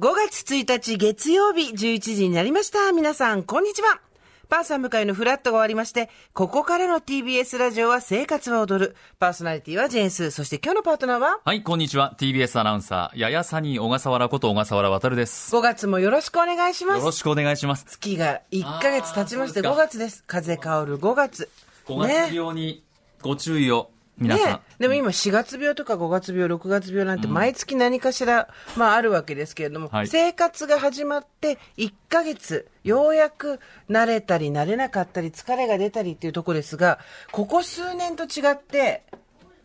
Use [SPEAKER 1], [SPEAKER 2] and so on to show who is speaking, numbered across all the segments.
[SPEAKER 1] 月1日月曜日11時になりました。皆さん、こんにちは。パンサー向かいのフラットが終わりまして、ここからの TBS ラジオは生活は踊る。パーソナリティはジェーンス。そして今日のパートナーは
[SPEAKER 2] はい、こんにちは。TBS アナウンサー、ややさに小笠原こと小笠原渉です。
[SPEAKER 1] 5月もよろしくお願いします。
[SPEAKER 2] よろしくお願いします。
[SPEAKER 1] 月が1ヶ月経ちまして5月です。風香る5月。
[SPEAKER 2] 5月病にご注意を。皆さん、ね、
[SPEAKER 1] でも今4月病とか5月病6月病なんて毎月何かしら、うん、まああるわけですけれども、はい、生活が始まって1ヶ月ようやく慣れたり慣れなかったり疲れが出たりっていうとこですがここ数年と違って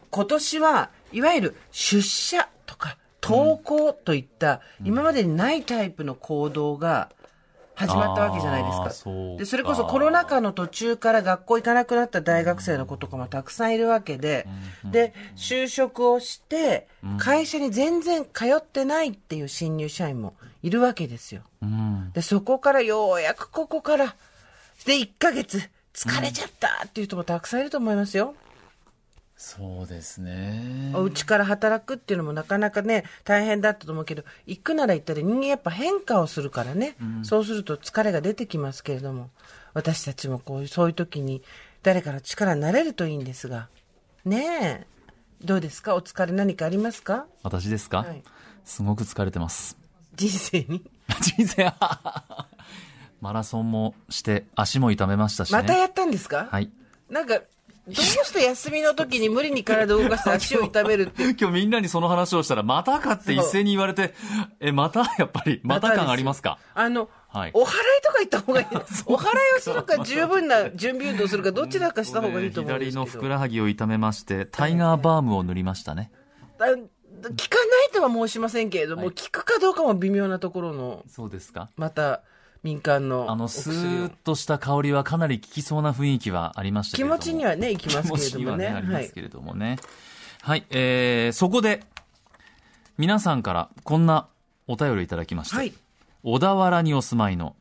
[SPEAKER 1] 今年はいわゆる出社とか登校といった、うん、今までにないタイプの行動が、始まったわけじゃないですか。そでそれこそコロナ禍の途中から学校行かなくなった大学生の子とかもたくさんいるわけで、うん、で、就職をして、会社に全然通ってないっていう新入社員もいるわけですよ。うん、で、そこからようやくここから、で、1ヶ月、疲れちゃったっていう人もたくさんいると思いますよ。
[SPEAKER 2] そうですね。
[SPEAKER 1] お家から働くっていうのもなかなかね、大変だったと思うけど、行くなら行ったで人間やっぱ変化をするからね、うん、そうすると疲れが出てきますけれども、私たちもこういう、そういう時に誰かの力になれるといいんですが、ねえ、どうですかお疲れ何かありますか
[SPEAKER 2] 私ですか、はい、すごく疲れてます。
[SPEAKER 1] 人生に
[SPEAKER 2] 人生 マラソンもして、足も痛めましたし、ね、
[SPEAKER 1] またやったんですか
[SPEAKER 2] はい。
[SPEAKER 1] なんか、どうして休みの時に無理に体を動かして足を痛めるって
[SPEAKER 2] 今日みんなにその話をしたら、またかって一斉に言われて、え、また やっぱり、また感ありますか
[SPEAKER 1] あの、はい、お祓いとか行った方がいい お祓いをするか十分な準備運動するか、どちらかした方がいいと思うん
[SPEAKER 2] ですけど、ね、左のふくらはぎを痛めまして、タイガーバームを塗りましたね。
[SPEAKER 1] 効、はい、かないとは申しませんけれども、効、はい、くかどうかも微妙なところの。
[SPEAKER 2] そうですか。
[SPEAKER 1] また、民間の
[SPEAKER 2] あのスーッとした香りはかなり効きそうな雰囲気はありました
[SPEAKER 1] 気持ちにはねいきますけれどもね、ね、
[SPEAKER 2] ありますけれどもねはい、はい、えー、そこで皆さんからこんなお便りいただきまして、はい、小田原にお住まいの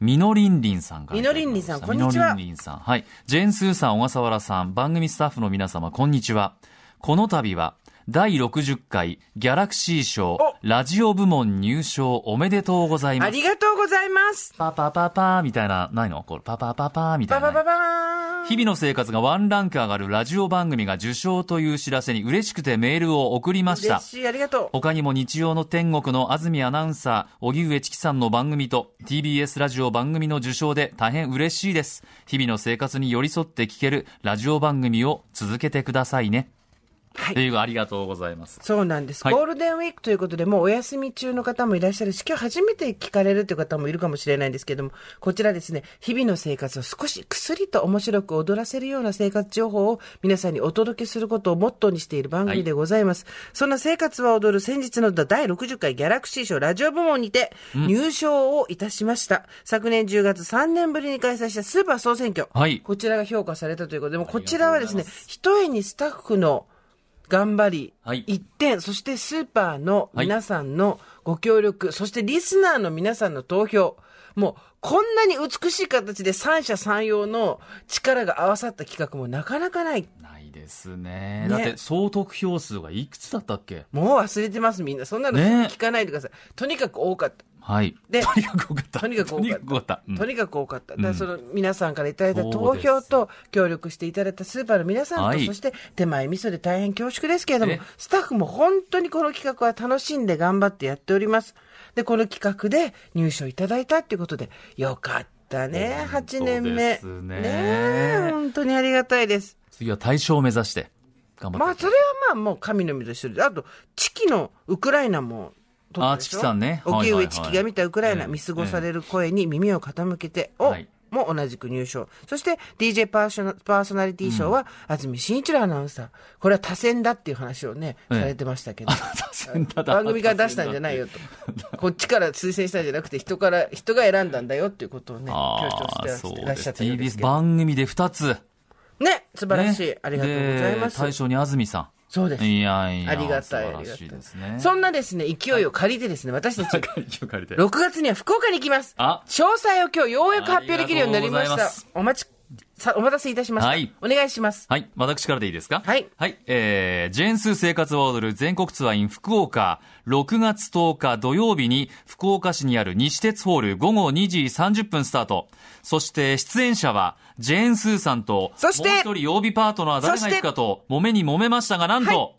[SPEAKER 2] みのりんりんさんから
[SPEAKER 1] みのりんりんさんこんにちは
[SPEAKER 2] みのりんりんさんはいジェーン・スーさん小笠原さん番組スタッフの皆様こんにちはこの度は第60回ギャラクシー賞ラジオ部門入賞おめでとうございます。あ
[SPEAKER 1] りがとうございます。
[SPEAKER 2] パパパパーみたいな、ないのこれパパパパーみたいな。
[SPEAKER 1] パパパパ
[SPEAKER 2] 日々の生活がワンランク上がるラジオ番組が受賞という知らせに嬉しくてメールを送りました。嬉
[SPEAKER 1] しい、ありがとう。
[SPEAKER 2] 他にも日曜の天国の安住アナウンサー、荻上知紀さんの番組と TBS ラジオ番組の受賞で大変嬉しいです。日々の生活に寄り添って聞けるラジオ番組を続けてくださいね。はい、ありがとうございます。
[SPEAKER 1] そうなんです、はい。ゴールデンウィークということで、もうお休み中の方もいらっしゃるし、今日初めて聞かれるという方もいるかもしれないんですけども、こちらですね、日々の生活を少し薬と面白く踊らせるような生活情報を皆さんにお届けすることをモットーにしている番組でございます。はい、そんな生活は踊る先日の第60回ギャラクシー賞ラジオ部門にて入賞をいたしました。うん、昨年10月3年ぶりに開催したスーパー総選挙。はい、こちらが評価されたということで、もこちらはですね、ひとえにスタッフの頑張り、はい、1点、そしてスーパーの皆さんのご協力、はい、そしてリスナーの皆さんの投票、もうこんなに美しい形で三者三様の力が合わさった企画もなかなかない。
[SPEAKER 2] ないですね。ねだって総得票数がいくつだったっけ
[SPEAKER 1] もう忘れてますみんな。そんなの聞かないでください。ね、とにかく多かった。
[SPEAKER 2] はい。
[SPEAKER 1] で、
[SPEAKER 2] とにかく多かった。
[SPEAKER 1] とにかく多かった。
[SPEAKER 2] うん、
[SPEAKER 1] とにかく多かった。だその皆さんからいただいた投票と協力していただいたスーパーの皆さんと、はい、そして手前味噌で大変恐縮ですけれども、スタッフも本当にこの企画は楽しんで頑張ってやっております。で、この企画で入賞いただいたっていうことで、よかったね、8年目。
[SPEAKER 2] ですね。ね
[SPEAKER 1] 本当にありがたいです。
[SPEAKER 2] 次は大賞を目指して、頑張って。
[SPEAKER 1] まあ、それはまあもう神の水と一緒で、あと、チキのウクライナも、
[SPEAKER 2] あ、チキさんね。
[SPEAKER 1] 沖上チキが見たウクライナ、見過ごされる声に耳を傾けて、を、も同じく入賞。そして、DJ パーショパーソナリティ賞は、安住紳一郎アナウンサー。これは多選だっていう話をね、されてましたけど。 番組が出したんじゃないよと。こっちから推薦したんじゃなくて、人から、人が選んだんだよっていうことをね、強調してらっしゃったんです
[SPEAKER 2] けど。番組で2つ。
[SPEAKER 1] ね、素晴らしい。ありがとうございます。
[SPEAKER 2] 対象に安住さん。
[SPEAKER 1] そうです。
[SPEAKER 2] いやいや。
[SPEAKER 1] ありがたい、ありがたい。ね、そんなですね、勢いを借りてですね、私たち、6月には福岡に行きます。詳細を今日ようやく発表できるようになりました。お待ちさお待たせいたしました。
[SPEAKER 2] はい
[SPEAKER 1] お願いします。
[SPEAKER 2] はい。私からでいいですか
[SPEAKER 1] はい
[SPEAKER 2] はい。えー、ジェーンスー生活を踊る全国ツアー in 福岡、6月10日土曜日に、福岡市にある西鉄ホール午後2時30分スタート。そして、出演者は、ジェーンスーさんと、
[SPEAKER 1] そして
[SPEAKER 2] もう一人曜日パートナー誰が行くかと、揉めに揉めましたが、なんと、
[SPEAKER 1] は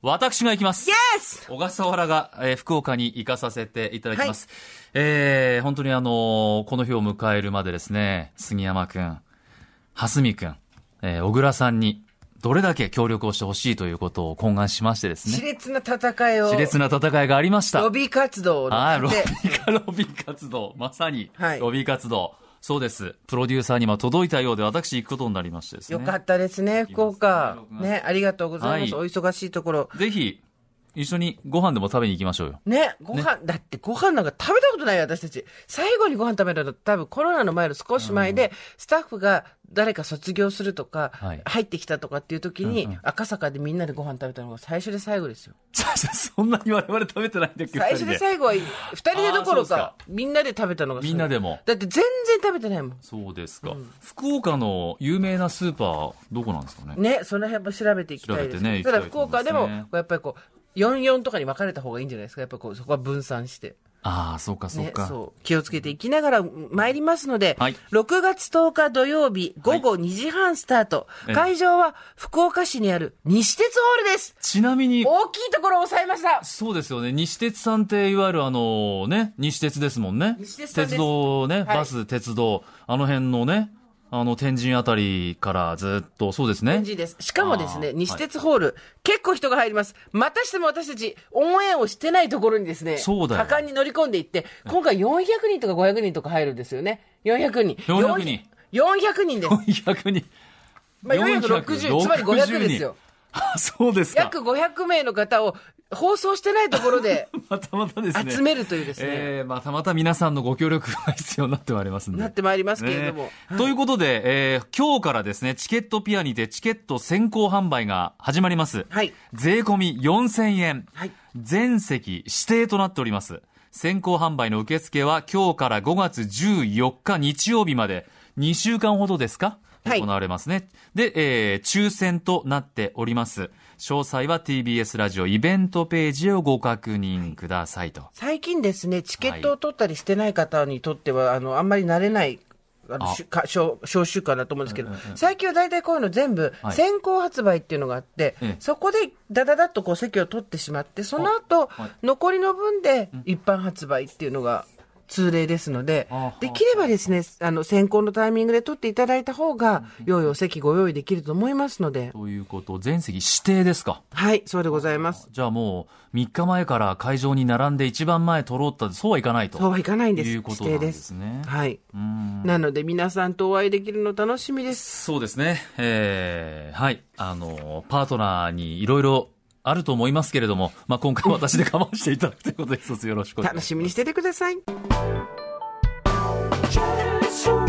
[SPEAKER 2] 私が行きます
[SPEAKER 1] イエ。ス
[SPEAKER 2] 小笠原が、えー福岡に行かさせていただきます。えー本当にあのーこの日を迎えるまでですね、杉山くん、蓮見くん、えー小倉さんに、どれだけ協力をしてほしいということを懇願しましてです
[SPEAKER 1] 熾
[SPEAKER 2] ね、
[SPEAKER 1] 烈な戦いを。
[SPEAKER 2] 熾烈な戦いがありました。
[SPEAKER 1] ロビー活動
[SPEAKER 2] ああ、
[SPEAKER 1] の
[SPEAKER 2] ロビ
[SPEAKER 1] で、
[SPEAKER 2] ーか、ロビー活動。まさに、
[SPEAKER 1] はい
[SPEAKER 2] ロビー活動。そうです。プロデューサーにも届いたようで、私行くことになりましてですね。
[SPEAKER 1] よかったですね、福岡。
[SPEAKER 2] 行きますね
[SPEAKER 1] ね、ありがとうございます。
[SPEAKER 2] は
[SPEAKER 1] お忙しいところ。
[SPEAKER 2] ぜひ、一緒にご飯でも食べに行きましょうよ。
[SPEAKER 1] ね、ご飯、だってご飯なんか食べたことないよ、私たち。最後にご飯食べたの多分コロナの前の少し前で、スタッフが誰か卒業するとか、
[SPEAKER 2] はい
[SPEAKER 1] 入ってきたとかっていう時に、赤坂でみんなでご飯食べたのが最初で最後ですよ。
[SPEAKER 2] 最初そんなに我々食べてないんだけど、
[SPEAKER 1] 最初
[SPEAKER 2] 二
[SPEAKER 1] で
[SPEAKER 2] 人で
[SPEAKER 1] 最後は、二人でどこ
[SPEAKER 2] あーそうで
[SPEAKER 1] ろ
[SPEAKER 2] すか
[SPEAKER 1] か、みんなで食べたのが最後
[SPEAKER 2] みんなでも
[SPEAKER 1] だって全然食べてないもん。
[SPEAKER 2] そうですか、福岡の有名なスーパー、どこなんですかね。
[SPEAKER 1] ね、その辺も調べていきたいです
[SPEAKER 2] 調べてね
[SPEAKER 1] ただ
[SPEAKER 2] 行きたいと
[SPEAKER 1] 福
[SPEAKER 2] 思います
[SPEAKER 1] 岡
[SPEAKER 2] ね
[SPEAKER 1] でも、やっぱりこう、44とかに分かれた方がいいんじゃないですか。やっぱこう、そこは分散して。
[SPEAKER 2] ああ、そうか、そう
[SPEAKER 1] ね、
[SPEAKER 2] か。
[SPEAKER 1] そう気をつけていきながら参りますので、
[SPEAKER 2] はい
[SPEAKER 1] 6月10日土曜日午後2時半スタート、
[SPEAKER 2] ええ
[SPEAKER 1] 会場は福岡市にある西鉄ホールです
[SPEAKER 2] ちなみに、
[SPEAKER 1] 大きいところを抑えました
[SPEAKER 2] そうですよね。西鉄さんって、いわゆるあの、ね、西鉄ですもんね。
[SPEAKER 1] 西鉄さんです
[SPEAKER 2] 道
[SPEAKER 1] は
[SPEAKER 2] ね、
[SPEAKER 1] い
[SPEAKER 2] バス、鉄道、あの辺のね、あの、天神あたりからずっと、そうですね。
[SPEAKER 1] 感じですしかもです
[SPEAKER 2] あ
[SPEAKER 1] ね
[SPEAKER 2] ー
[SPEAKER 1] 西鉄ホール、結構人が入りますまたしても私たちオンエアをしてないところにですね
[SPEAKER 2] そうだよ
[SPEAKER 1] 果敢に乗り込んでいって今回400人とか500人とか入るんですよね400人
[SPEAKER 2] 400人
[SPEAKER 1] 400人です、
[SPEAKER 2] 400人。
[SPEAKER 1] まあ、460つまり500ですよ。
[SPEAKER 2] あそうですか。
[SPEAKER 1] 約500名の方を放送してないところで
[SPEAKER 2] またまた ですね。
[SPEAKER 1] 集めるというですね、
[SPEAKER 2] えーまたまた皆さんのご協力が必要になってまいりますんで。
[SPEAKER 1] なってまいりますけれども、
[SPEAKER 2] ねということで、えー今日からですね、チケットピアにてチケット先行販売が始まります。
[SPEAKER 1] はい
[SPEAKER 2] 税込み4000円。
[SPEAKER 1] はい
[SPEAKER 2] 全席指定となっております。先行販売の受付は今日から5月14日日曜日まで2週間ほどですか
[SPEAKER 1] はい
[SPEAKER 2] 行われますね。で、えー抽選となっております。詳細は TBS ラジオイベントページをご確認くださいと。
[SPEAKER 1] 最近ですね、チケットを取ったりしてない方にとっては、あの、あんまり慣れない、あの
[SPEAKER 2] あ
[SPEAKER 1] しゅか小小習慣だと思うんですけど、最近は大体こういうの全部
[SPEAKER 2] は、い
[SPEAKER 1] 先行発売っていうのがあって、
[SPEAKER 2] ええ
[SPEAKER 1] そこでダダダっとこう席を取ってしまって、その後、
[SPEAKER 2] はい
[SPEAKER 1] 残りの分で一般発売っていうのが、通例ですので
[SPEAKER 2] あ、
[SPEAKER 1] できればですね、あの、先行のタイミングで取っていただいた方が、良いお席ご用意できると思いますので、
[SPEAKER 2] ということ、全席指定ですか
[SPEAKER 1] はい、そうでございます。
[SPEAKER 2] じゃあもう3日前から会場に並んで一番前取ろうったそうはいかないと
[SPEAKER 1] そうはいかないんです。
[SPEAKER 2] いうこと
[SPEAKER 1] 指定
[SPEAKER 2] なんで
[SPEAKER 1] ですす。
[SPEAKER 2] ね。
[SPEAKER 1] はい。
[SPEAKER 2] うん
[SPEAKER 1] なので皆さんとお会いできるの楽しみです。
[SPEAKER 2] そうですね。えーはい。あの、パートナーにいろいろあると思いますけれども、まあ、今回私で我慢していただくということで一つよろしくお願いします
[SPEAKER 1] 楽しみにしててください。
[SPEAKER 3] generation